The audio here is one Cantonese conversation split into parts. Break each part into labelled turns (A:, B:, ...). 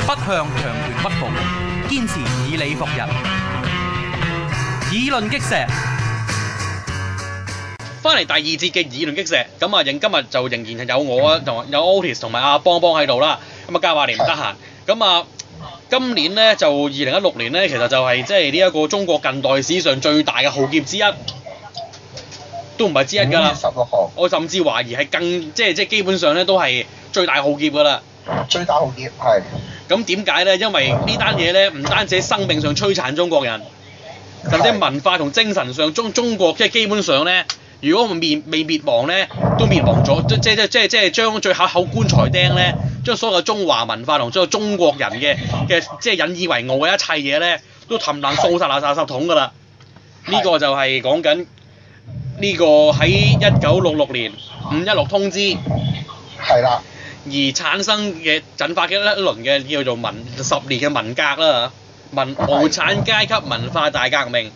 A: 向強權屈服，堅持以理服人，以論擊石。
B: 翻嚟第二節嘅議論擊石，咁啊，仍今日就仍然係有我啊，同有 Otis 同埋阿邦邦喺度啦。咁啊，加百年唔得閒，咁啊，今年咧就二零一六年咧，其實就係即係呢一個中國近代史上最大嘅浩劫之一，都唔係之一㗎啦。
C: 十六號
B: 我甚至懷疑係更即係即係基本上咧都係最大浩劫㗎啦。
C: 最大浩劫係
B: 咁點解咧？因為呢單嘢咧，唔單止喺生命上摧殘中國人，甚至喺文化同精神上，中中國即係基本上咧，如果我滅未滅亡咧，都滅亡咗，即即即即即係將最後一口棺材釘咧，將所有嘅中華文化同所有中國人嘅嘅即係引以為傲嘅一切嘢咧，都氹冷掃晒垃圾桶㗎啦。呢個就係講緊呢個喺一九六六年五一六通知。
C: 係啦，
B: 而產生嘅引發嘅一輪嘅叫做文十年嘅文革啦，文無產階級文化大革命。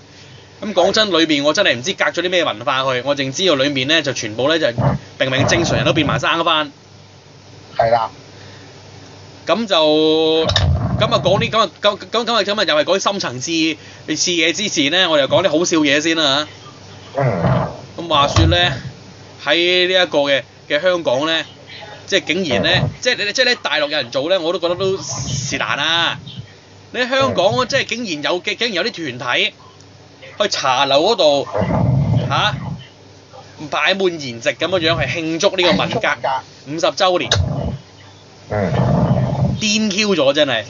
B: 咁講真，裏面我真係唔知隔咗啲咩文化去，我淨知道裏面咧就全部咧就明明正常人都變埋生番，
C: 係啦，
B: 咁就咁啊講啲咁啊咁咁咁啊咁啊又係講啲深層次次嘢之前咧，我又講啲好笑嘢先啦
C: 嗯，
B: 嚇。咁話說咧，喺呢一個嘅嘅香港咧，即係竟然咧，即係你即係咧大陸有人做咧，我都覺得都是但啦。你喺香港即係竟然有嘅，竟然有啲團體去茶樓嗰度
C: 嗯
B: 嚇擺滿筵席咁樣樣，係慶祝呢個 文革五十週年，
C: 嗯，
B: 癲 Q 咗真係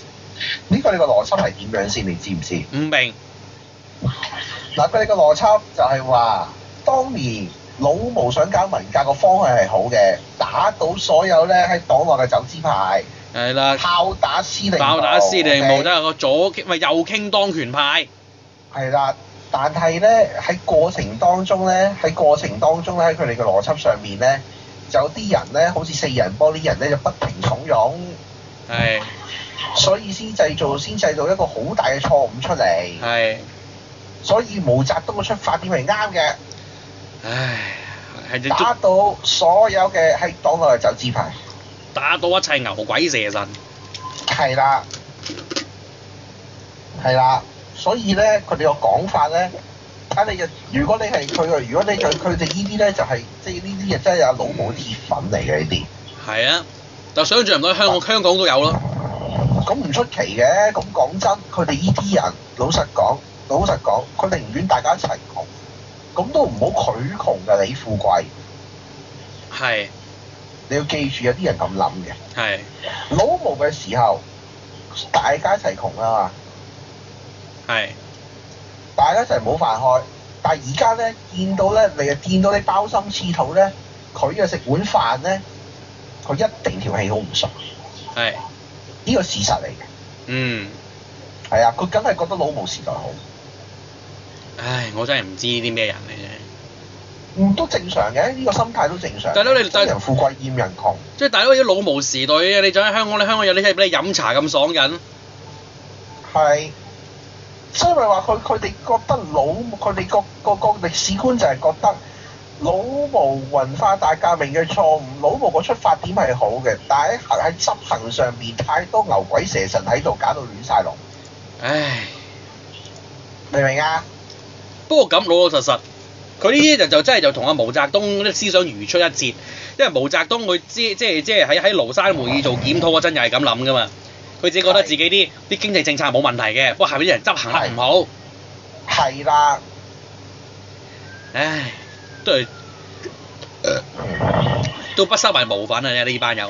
C: 呢個你個邏輯係點樣先？你知唔知？
B: 唔明。
C: 嗱，佢哋個邏輯就係話，當年老毛想搞文革個方向係好嘅，打倒所有咧喺黨內嘅走資派，
B: 係啦，
C: 炮打司令部
B: 爆打司令部
C: OK？
B: 都係個左傾咪右傾當權派，
C: 係啦，但係咧喺過程當中咧，喺過程當中咧，喺佢哋嘅邏輯上面咧，有啲人咧，好似四人幫啲人咧，就不停慫恿，
B: 係
C: 所以先製造先製造一個好大嘅錯誤出嚟。
B: 係，
C: 所以毛澤東嘅出發點係啱嘅，
B: 唉，係只
C: 打到所有嘅喺黨內嘅走資派。
B: 打到一切牛鬼蛇神，
C: 係啦，係啦，所以咧，佢哋個講法咧，睇你嘅，如果你係佢嘅，如果你佢佢哋呢啲咧，就係即係呢啲嘢真係有老母鐵粉嚟嘅呢啲，
B: 係啊，就想像唔到香港香港都有咯，
C: 咁唔出奇嘅。咁講真，佢哋呢啲人，老實講，老實講，佢寧願大家一齊窮，咁都唔好佢窮㗎，你富貴。
B: 係
C: 你要記住，有啲人咁諗嘅。
B: 係
C: 老毛嘅時候，大家一齊窮啊嘛。
B: 係
C: 大家一齊冇飯開。但係而家咧，見到咧，你啊見到你包心刺肚咧，佢啊食碗飯咧，佢一定條氣好唔順，
B: 係，
C: 呢個事實嚟嘅。
B: 嗯，
C: 係啊，佢梗係覺得老毛時代好，
B: 唉，我真係唔知啲咩人嚟啫，
C: 唔嗯都正常嘅，呢、個心態都正常。
B: 大佬你
C: 中人富貴厭人窮，
B: 即係大佬啲老毛時代嘅，你就喺香港，你香港有啲係俾你飲茶咁爽緊，
C: 係。所以咪話佢佢哋覺得老，佢哋個個個歷史觀就係覺得老毛文化大革命嘅錯誤，老毛個出發點係好嘅，但係喺喺執行上面太多牛鬼蛇神喺度，搞到亂晒龍。
B: 唉，
C: 明唔明啊？
B: 不過咁老老實實。佢呢啲就就真係就同阿毛澤東啲思想如出一轍，因為毛澤東佢即即係即係喺喺廬山會議做檢討嗰陣又係咁諗噶嘛，佢自己覺得自己啲啲經濟政策冇問題嘅，不過下面啲人執行得唔好，
C: 係啦，
B: 唉，都係都不收埋毛粉啊！呢班友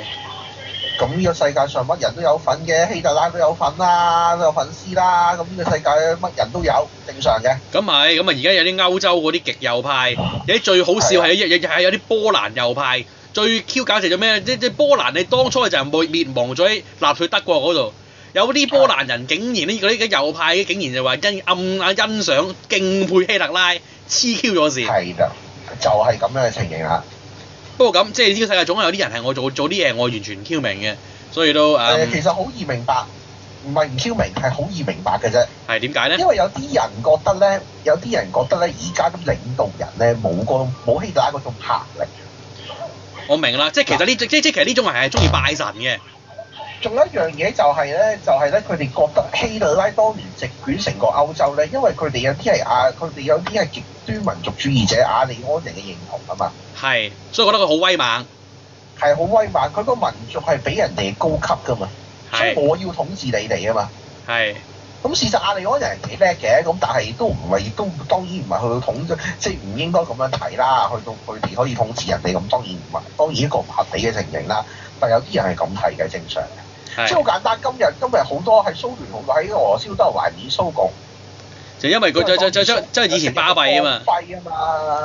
C: 咁呢個世界上乜人都有份嘅，希特拉都有份啦，都有粉絲啦。咁呢個世界乜人都有，正常嘅。
B: 咁係咁啊！而家有啲歐洲嗰啲極右派，有啲最好笑係有有係有啲波蘭右派，最 Q 搞笑就咩咧？即即波蘭你當初就係滅滅亡咗喺納粹德國嗰度，有啲波蘭人竟然呢嗰啲右派竟然就話欣暗啊欣賞敬佩希特拉，黐 Q 咗線。
C: 係啦，就係咁樣嘅情形啦。
B: 不過咁即係呢個世界總係有啲人係我做做啲嘢我完全唔 Q 明嘅，所以都
C: 誒，
B: 誒
C: 其實好易明白，唔係唔超明，係好易明白嘅啫。
B: 係點解咧
C: 因？為有啲人覺得咧，有啲人覺得咧，而家啲領導人咧冇個冇希特拉嗰種魄力。
B: 我明啦，即係其實呢即即即其實呢種人係中意拜神嘅。
C: 仲有一樣嘢就係咧，就係咧，佢哋覺得希特拉當年席捲成個歐洲咧，因為佢哋有啲係亞，佢哋有啲係極端民族主義者雅利安人嘅認同啊嘛，
B: 係，所以我覺得佢好威猛，
C: 係好威猛，佢個民族係比人哋高級噶嘛，所以
B: 係
C: 我要統治你哋啊嘛。
B: 係
C: 咁事實亞利安人係幾叻嘅，咁但係都唔係都當然唔係去到統治，即係唔應該咁樣睇啦。去到佢哋可以統治人哋咁，當然唔係，當然一個唔合理嘅情形啦。但有啲人係咁睇嘅，正常嘅。即係
B: 係，
C: 好簡單。今日今日好多喺蘇聯好多喺俄羅斯都係懷念蘇共，
B: 就因為佢就就就就即係以前巴閉啊嘛，
C: 廢啊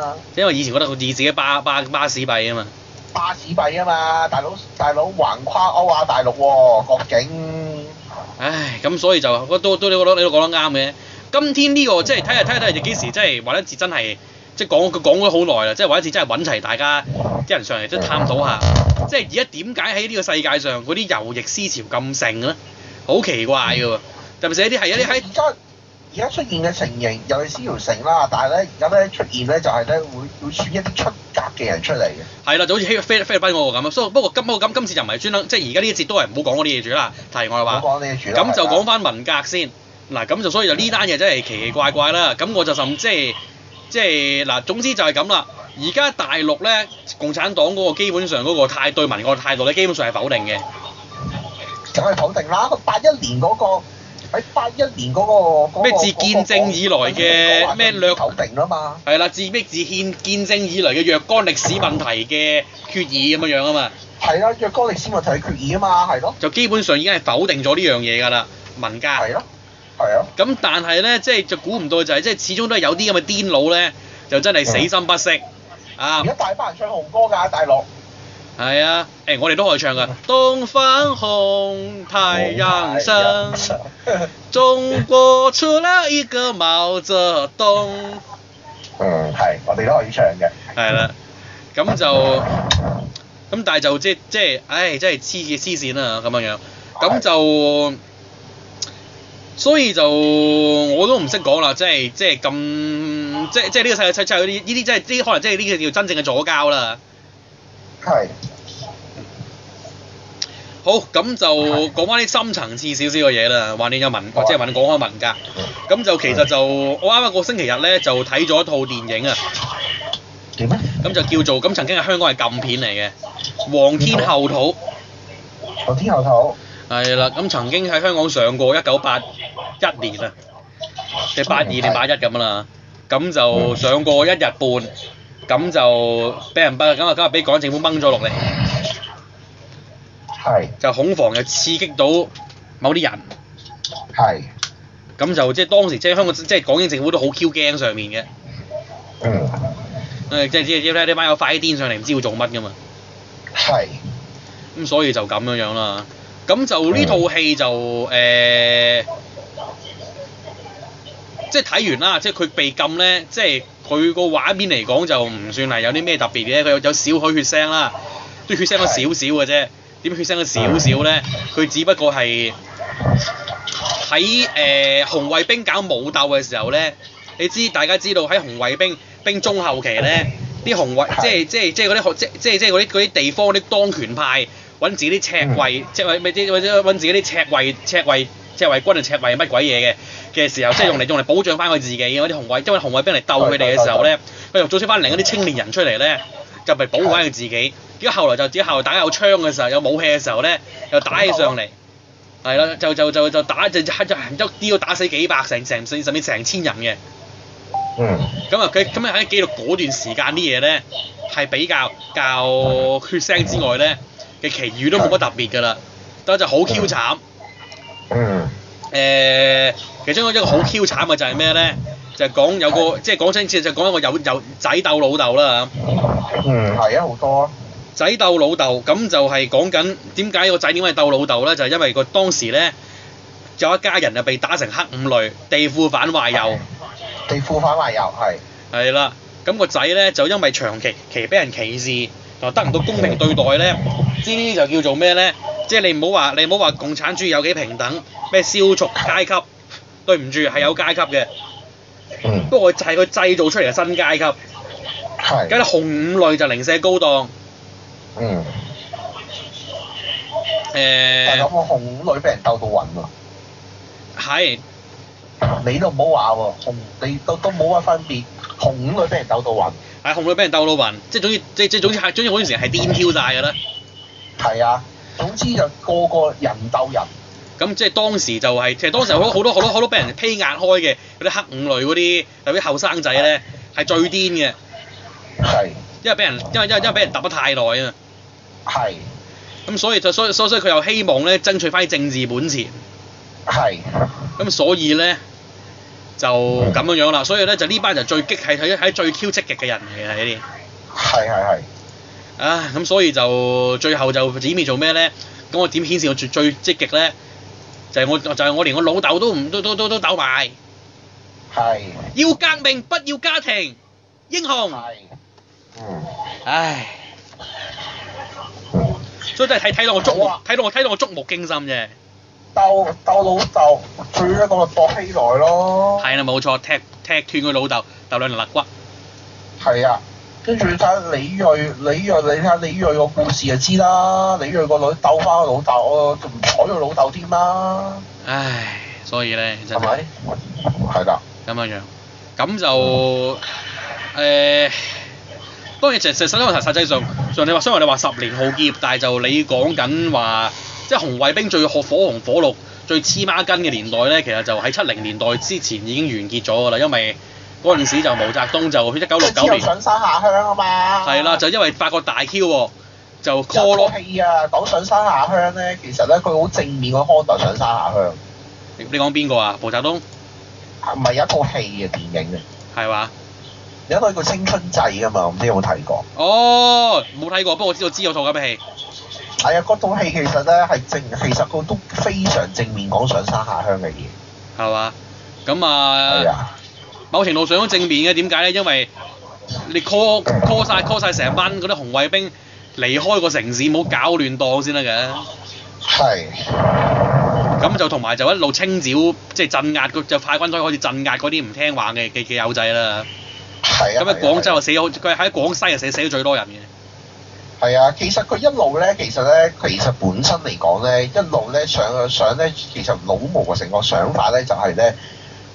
C: 嘛，
B: 因為以前覺得佢自自己巴巴巴士幣啊嘛，
C: 巴士幣啊嘛，大佬大佬橫跨歐亞大陸喎、國境
B: 唉，咁所以就都都都你覺得你都講得啱嘅。今天呢、個即係睇下睇下睇下就幾時，即係或一次真係即係講佢講咗好耐啦，即係或一次真係揾齊大家啲人上嚟，即係探討下，即係而家點解喺呢個世界上嗰啲右翼思潮咁盛咧？好奇怪嘅喎，特別是一啲係一啲喺
C: 而家而家出現嘅情形，尤其是條城啦，但係咧而家咧出現咧就係咧會會選一啲出格嘅人出嚟嘅。
B: 係啦，就好似菲菲律賓嗰個咁啊。所以不過今不過今今次就唔係專登，即係而家呢一節都係唔好講嗰啲嘢住啦。題外話
C: 唔。好講呢啲住啦。
B: 咁就
C: 係啦
B: 講翻文革先。嗱，咁就所以就呢單嘢真係奇奇怪怪啦。咁我就甚即係即係嗱，總之就係咁啦。而家大陸咧，共產黨嗰個基本上嗰個態對民國態度咧，基本上係否定嘅。
C: 梗係否定啦。八一年嗰、個喺八一年嗰、個嗰個
B: 咩自建政以來嘅
C: 嗰個
B: 咩略
C: 否定啦嘛。
B: 係啦，自逼自憲建政以嚟嘅若干歷史問題嘅決議咁樣樣啊嘛，
C: 係啦，若干歷史問題嘅決議啊嘛，係咯，
B: 就基本上已經係否定咗呢樣嘢㗎啦，文革。
C: 係咯，係啊。
B: 咁但係咧，即係就估唔到就係、即係始終都係有啲咁嘅癲佬咧，就真係死心不息啊
C: 而！家大班人唱紅歌㗎，大陸。
B: 係啊，誒、我哋都可以唱噶。東方紅太陽升，中國出了一個毛澤東。
C: 嗯，係，我哋都可以唱嘅。
B: 係啦，咁就咁，但係就即即係，唉，真係黐嘅黐線啦咁樣樣。咁就所以就我都唔識講啦，即係即係咁，即即係呢個世界世界嗰啲呢啲真係呢啲可能即係呢個叫真正嘅左交啦。
C: 係。
B: 好，咁就講翻啲深層次少少嘅嘢啦。橫掂有文，或者係文講開文革，咁就其實就我啱啱個星期日咧就睇咗一套電影啊，
C: 點咧？
B: 咁就叫做咁曾經係香港係禁片嚟嘅《皇天後土
C: 我天後頭。》，
B: 係啦，咁曾經喺香港上過一九八一年啊，即係八二定八一咁啦，咁就上過一日半，咁就俾人崩，咁啊今日俾港政府掹咗落嚟，
C: 係
B: 就恐防又刺激到某啲人。
C: 係。
B: 咁就即係當時即係香港即係港英政府都好 Q 驚上面嘅，
C: 嗯。
B: 誒即係即係呢班友快啲癲上嚟，唔知要做乜噶嘛，
C: 係。
B: 咁所以就咁樣樣啦。咁就呢套戲就誒、即係睇完啦，即係佢被禁咧，即係佢個畫面嚟講就唔算係有啲咩特別嘅，佢有有少許血腥啦，都血腥咗少少嘅啫。點血腥咗少少咧？佢只不過係喺誒紅衛兵搞武鬥嘅時候咧，你知大家知道喺紅衛兵兵中後期咧，啲紅衛即係
C: 係
B: 即係即係嗰啲學即即係即係嗰啲嗰啲地方啲當權派揾自己啲赤衛，即係咪即或者揾自己啲赤衛赤衛赤衛軍定赤衛乜鬼嘢嘅嘅時候，即係用嚟用嚟保障翻佢自己嘅嗰啲紅衛，因為紅衛兵嚟鬥佢哋嘅時候咧，佢又組織翻另一啲青年人出嚟咧，就咪保護翻佢自己。結果後來就只後來大家有槍嘅時候，有武器嘅時候咧，又打起上嚟。係啦，就就就就打就就就就都要打死幾百成成甚至成千人嘅。
C: 嗯。
B: 咁啊，佢咁啊喺記錄嗰段時間啲嘢咧，係比較較血腥之外咧嘅，其餘都冇乜特別㗎啦。但就好 Q 慘，誒、
C: 嗯。
B: 其中一個好 Q 慘嘅就係咩咧？就係講有個即係講真，即就講一個有有仔鬥老豆啦嚇
C: 嗯，係啊，好多啊。
B: 仔鬥老豆，咁就係講緊點解個仔點解鬥老豆咧？就係、因為個當時咧有一家人啊被打成黑五類，地富反壞右，
C: 地庫反賣油係。
B: 係啦。咁、個仔咧就因為長期期俾人歧視，又得唔到公平對待咧，知呢啲就叫做咩咧？即係你唔好話你唔好話共產主義有幾平等，咩消除階級，對唔住係有階級嘅，
C: 嗯。
B: 不過就係佢製造出嚟嘅新階級。咁
C: 係。
B: 咧紅五類就零舍高檔。
C: 嗯。但
B: 誒
C: 係咁我紅女俾人鬥到暈喎。
B: 係
C: 你都唔好話喎，紅你都都冇乜分別，紅女俾人鬥到暈，
B: 係紅女俾人鬥到暈，即係總之即即總之係總之嗰段時間係癲 Q 晒㗎啦。
C: 係啊，總之就個個人鬥人，
B: 咁即係當時就係、其實當時好多好多好多好多俾人批壓開嘅嗰啲黑五類嗰啲有啲後生仔咧係最癲嘅，
C: 係
B: 因為俾人因為因為因為俾人揼得太耐啊嘛。
C: 係
B: 咁所以就所以所以所以佢又希望咧爭取翻啲政治本錢，
C: 係
B: 咁所以咧就咁樣樣啦。所以咧就呢班就最激係係係最挑積極嘅人嚟嘅係呢啲。
C: 係係係，
B: 啊，咁所以就最後就演變做咩咧？咁我點顯示我最最積極咧？就係、我就係、我連我老豆都唔都都都都鬥埋，
C: 係
B: 要革命不要家庭，英雄。
C: 係，嗯，
B: 唉，所以真係睇睇到我觸目
C: 好啊
B: 睇到我睇到我觸目驚心啫。
C: 鬥鬥老豆，最叻咁咪搏希來咯，
B: 係啦，冇錯，踢踢斷佢老豆，鬥兩肋骨。
C: 係啊。跟住你睇下李睿，李睿你睇下李睿個故事就知啦。李睿個女鬥翻個老豆，仲唔睬佢老豆添啦，
B: 唉，所以咧真
C: 係
B: 係
C: 咪？係啦，
B: 咁樣樣，咁就誒、當然其實實際上實際上，上你話雖然你話十年浩劫，但係就你講緊話，即係紅衛兵最火火紅火綠、最黐孖筋嘅年代咧，其實就喺七零年代之前已經完結咗㗎啦，因為嗰陣時就毛澤東就一九
C: 即
B: 六
C: 係
B: 九
C: 之後
B: 年
C: 上山下鄉啊嘛。
B: 係啦，就因為法國大 Q 喎，就 call
C: 嗰
B: 咯
C: 套，戲啊，講上山下鄉咧，其實咧佢好正面嘅看待上山下鄉，
B: 你你講邊個啊？毛澤東
C: 係唔係有一套戲嘅電影嘅，
B: 係嘛？
C: 有一套叫《青春祭》啊嘛，唔知有冇睇過？
B: 哦，冇睇過，不過我知道知有套咁嘅戲，
C: 係啊，嗰套戲其實咧係正，其實佢都非常正面講上山下鄉嘅嘢。
B: 係嘛？咁啊
C: 係。啊，
B: 某程度上都正面嘅，點解咧？因為你 call call 晒 call 晒成班嗰啲紅衛兵離開個城市，唔好搞亂檔先得嘅。
C: 係
B: 咁就同埋就一路清剿，即係鎮壓個就派軍隊開始鎮壓嗰啲唔聽話嘅嘅嘅友仔啦。
C: 係啊。
B: 咁喺廣州
C: 係
B: 就
C: 啊
B: 死好，佢喺廣西就啊死死咗最多人嘅。
C: 係啊，其實佢一路咧，其實咧，其實本身嚟講咧，一路咧想想咧，其實老毛嘅成個想法咧就係咧，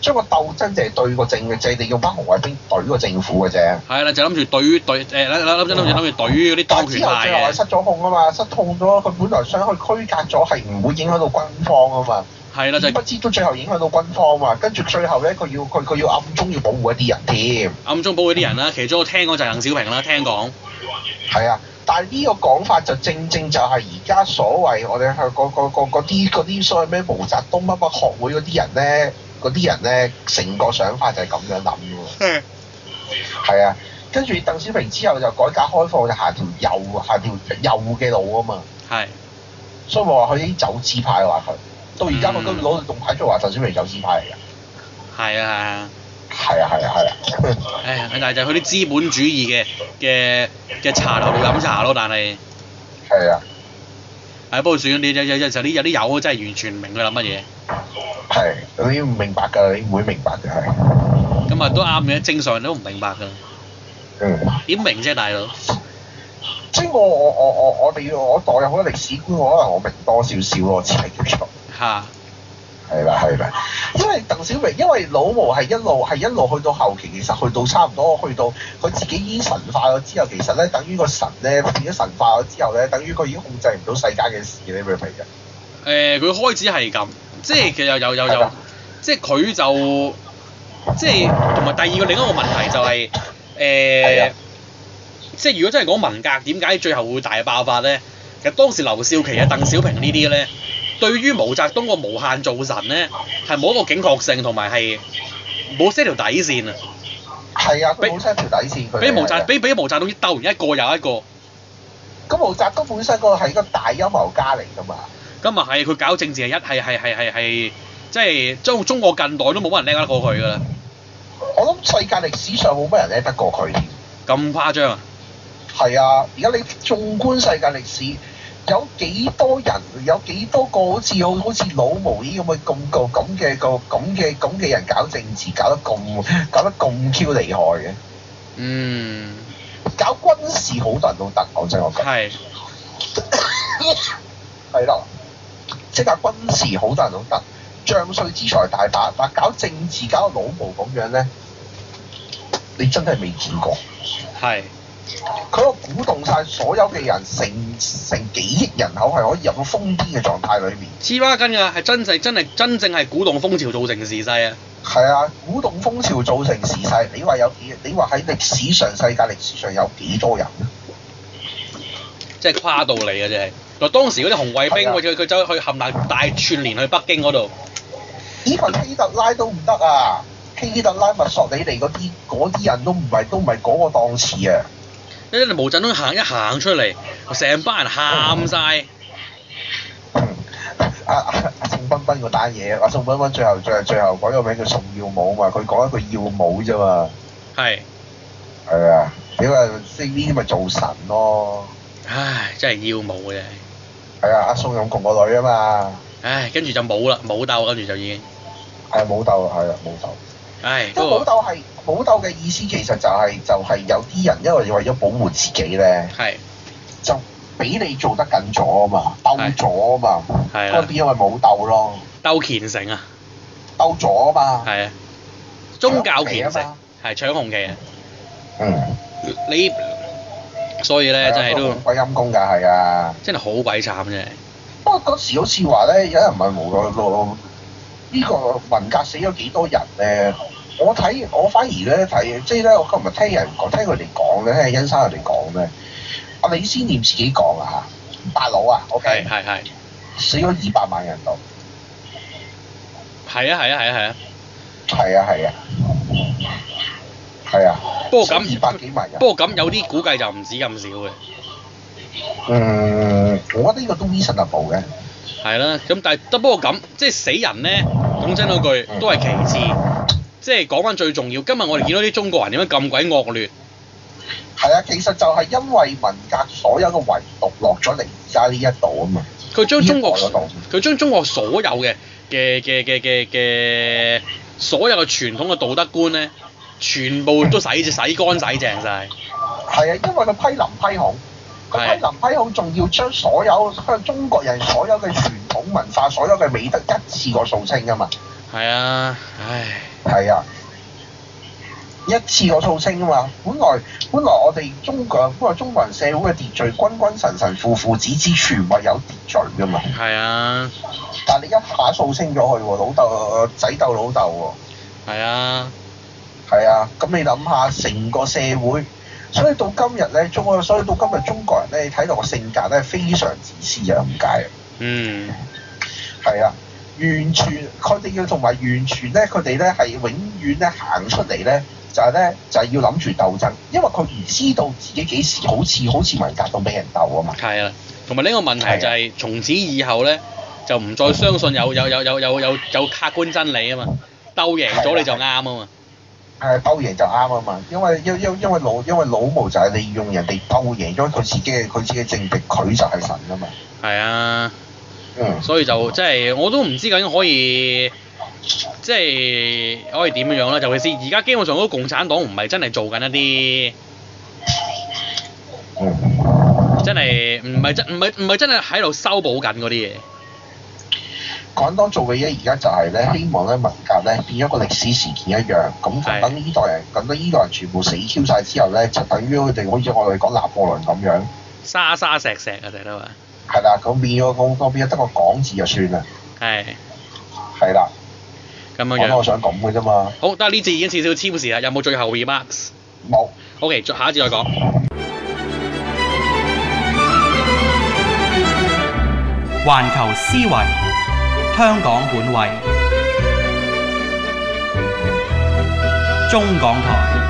C: 將個鬥爭就係對個政嘅，就係你用班紅衛兵對個政府嘅啫。
B: 係啦，就諗住對對誒諗諗諗諗諗住對嗰啲
C: 但
B: 當
C: 之
B: 權
C: 後最後
B: 派
C: 係失
B: 嘅。
C: 咗控啊嘛，失控咗，佢本來想去區隔咗，係唔會影響到軍方啊嘛。
B: 係啦，就
C: 點不知到最後影響到軍方啊嘛，跟住最後咧，佢要佢佢要暗中要保護一啲人添，
B: 暗中保護啲人啦。其中我聽講就係鄧小平啦，聽講
C: 係啊。但係呢個講法就正正就係而家所謂我哋係嗰嗰嗰嗰啲嗰啲所謂咩毛澤東乜乜學會嗰啲人咧，嗰啲人咧成個想法就係咁樣諗嘅喎，係啊。跟住鄧小平之後就改革開放就行條右行條右嘅路啊嘛。
B: 係
C: 所以我話佢已經走資派話佢，到而家佢都攞到動牌出嚟話鄧小平走資派嚟嘅，
B: 係啊係啊。
C: 係啊係啊係啊，
B: 唉，但係就係佢啲資本主義嘅嘅嘅茶樓度飲茶咯，但係
C: 係啊
B: 係不過算你有有有時候啲有啲友真係完全唔明佢諗乜嘢，
C: 係，你唔明白㗎，你唔會明白嘅係，
B: 咁啊都啱嘅，正常人都唔明白㗎，
C: 嗯，
B: 點明啫大佬？
C: 即係我我我我我哋要我代入好多歷史觀，可能我明多少少咯，我只係叫做。
B: 嚇
C: 係啦，係啦，因為鄧小平，因為老毛係一路係一路去到後期，其實去到差唔多，去到佢自己已經神化咗之後，其實咧等於個神咧變咗神化咗之後咧，等於佢已經控制唔到世界嘅事，你明唔明啊嘅？
B: 誒，呃佢開始係咁，即係其實又又又即係佢就即係同埋第二個另一個問題就係
C: 係
B: 誒
C: 啊，
B: 即係如果真係講文革點解最後會大爆發咧？其實當時劉少奇啊、鄧小平呢啲咧，對於毛澤東個無限造神咧，係冇一個警覺性同埋係冇 set 條底線啊！
C: 係啊，佢
B: 俾
C: 冇 set 條底線，佢
B: 俾毛
C: 係啊
B: 澤俾俾毛澤東鬥完一個又一個，
C: 咁毛澤東本身嗰個係一個大陰謀家嚟㗎嘛，
B: 咁啊係佢搞政治係一係係係係係，即係中中國近代都冇乜人叻得過佢㗎啦，
C: 我諗世界歷史上冇乜人叻得過佢添。
B: 咁誇張啊！
C: 係啊，而家你縱觀世界歷史，有幾多人，有幾多個好似好好似老毛呢咁嘅咁個咁嘅個咁嘅咁嘅人搞政治，搞得咁搞得咁 Q 厲害嘅，
B: 嗯，
C: 搞軍事好多人都得，講真我講。
B: 係
C: 係啦，即係搞軍事好多人都得，將帥之才大把，但搞政治搞到老毛咁樣咧，你真係未見過。
B: 係
C: 佢個鼓動晒所有嘅人，成成幾億人口係可以入到瘋癲嘅狀態裏面。
B: 黐孖筋㗎，係真係真係真正係鼓動風潮造成時勢啊！
C: 係啊，鼓動風潮造成時勢，你話有幾？你話喺歷史上世界歷史上有幾多人？
B: 即係跨道嚟嘅啫係。嗱，當時嗰啲紅衛兵，
C: 係啊
B: 佢佢佢走去冚唪唥大串連去北京嗰度，
C: 呢份希特拉都唔得啊！希特拉、墨索里尼嗰啲嗰啲人都唔係都唔係嗰個檔次啊！
B: 一啲毛振東行一行出嚟，成班人喊晒。
C: 阿阿啊阿宋彬彬嗰單嘢，阿宋彬彬最後最後最後改個名叫宋耀武啊嘛，佢講一句耀武啫嘛，
B: 係，
C: 係啊，屌啊，即係呢啲咪做神咯，
B: 唉，真係要武嘅啫。
C: 係啊，阿宋永共個女啊嘛，
B: 唉，跟住就冇啦，冇鬥，跟住就已經，
C: 係啊武鬥係啊武鬥，
B: 唉，
C: 即係武
B: 嗰個
C: 鬥係武鬥嘅意思其實就係、就係、有啲人因為為咗保護自己咧，
B: 係
C: 就俾你做得緊咗啊嘛，鬥咗啊嘛，
B: 係
C: 咁
B: 啦，
C: 變咗咪武鬥咯，
B: 鬥虔誠啊，
C: 鬥咗啊嘛，
B: 係啊，宗教
C: 搶
B: 虔
C: 旗啊
B: 誠
C: 嘛，
B: 係搶紅旗啊，
C: 嗯，
B: 你所以咧真係
C: 係啊
B: 都
C: 好鬼陰公㗎係啊。
B: 真係好鬼慘啫，
C: 不過嗰時好似話咧，有人問無論路呢個文革死咗幾多人咧？我睇我反而咧睇，即係咧我今日聽人講，聽佢哋講咧，聽欣生佢哋講咧，阿李思念自己講啊嚇，八佬啊
B: 係
C: ，OK，
B: 係係
C: 死咗二百萬人度，
B: 係啊係啊係啊係啊，
C: 係啊係啊，係啊，
B: 不過咁
C: 二百幾萬人，
B: 不過咁有啲估計就唔止咁少嘅，
C: 嗯，我覺得呢個都 reasonable 嘅，
B: 係啦，咁但係不過咁即係死人咧，講真嗰
C: 嗯
B: 句都係其次。即係講翻最重要，今日我哋見到啲中國人點解咁鬼惡劣，
C: 係啊，其實就係因為文革所有嘅圍毒落咗嚟而家呢一度啊嘛，
B: 佢將中國
C: 呢一代嗰度。
B: 佢將中國所有嘅嘅嘅嘅嘅嘅所有嘅傳統嘅道德觀咧，全部都洗洗乾洗淨晒。
C: 係啊，因為佢批林批孔，佢
B: 係
C: 批林批孔仲要將所有香中國人所有嘅傳統文化、所有嘅美德一次過掃清噶嘛，
B: 係啊，唉，
C: 係啊，一次過掃清啊嘛。本來本來我哋中國本來中國人社會嘅秩序，君君臣臣父父子子全部有秩序噶嘛，
B: 係啊，
C: 但係你一下掃清咗佢喎，老豆仔鬥老豆喎。
B: 係啊，
C: 係啊，咁你諗下成個社會，所以到今日咧，中所以到今日中國人咧，你睇到個性格咧，非常自私啊，咁解啊，
B: 嗯，
C: 係啊，完全佢哋要同埋完全咧，佢哋咧係永遠咧行出嚟咧，就係、咧就係、要諗住鬥爭，因為佢唔知道自己幾時好似好似文革到俾人鬥啊嘛，
B: 係啦、同埋呢個問題就係、啊從此以後咧，就唔再相信有有有有有有有客觀真理啊嘛，鬥贏咗你就啱啊嘛，
C: 係鬥贏就啱啊嘛，因為因因因為老因為老毛就係利用人哋鬥贏咗佢自己嘅佢自己嘅政敵，佢就係神啊嘛，
B: 係啊。
C: 嗯。
B: 所以就即係我都唔知究竟可以即係可以點樣樣啦。尤其是而家基本上嗰個共產黨唔係真係做緊一
C: 嗯
B: 啲真係唔係真唔係唔係真係喺度修補緊嗰啲嘢。
C: 港黨做嘅嘢而家就係咧，希望咧文革咧變咗個歷史事件一樣，咁
B: 係
C: 就等呢代人，咁等呢代人全部死 Q 晒之後咧，就等於佢哋好似我哋講拿破崙咁樣，
B: 沙沙石石啊，成日都話
C: 係啦，咁變咗咁咁變咗得個港字就算啦，
B: 係
C: 係啦，
B: 咁
C: 我
B: 樣樣。
C: 都想咁嘅啫嘛，
B: 好，得呢節已經少少超時啦。有冇最後 remarks？
C: 冇
B: OK，再下一節再講。
A: 環球思維，香港本位，中港台。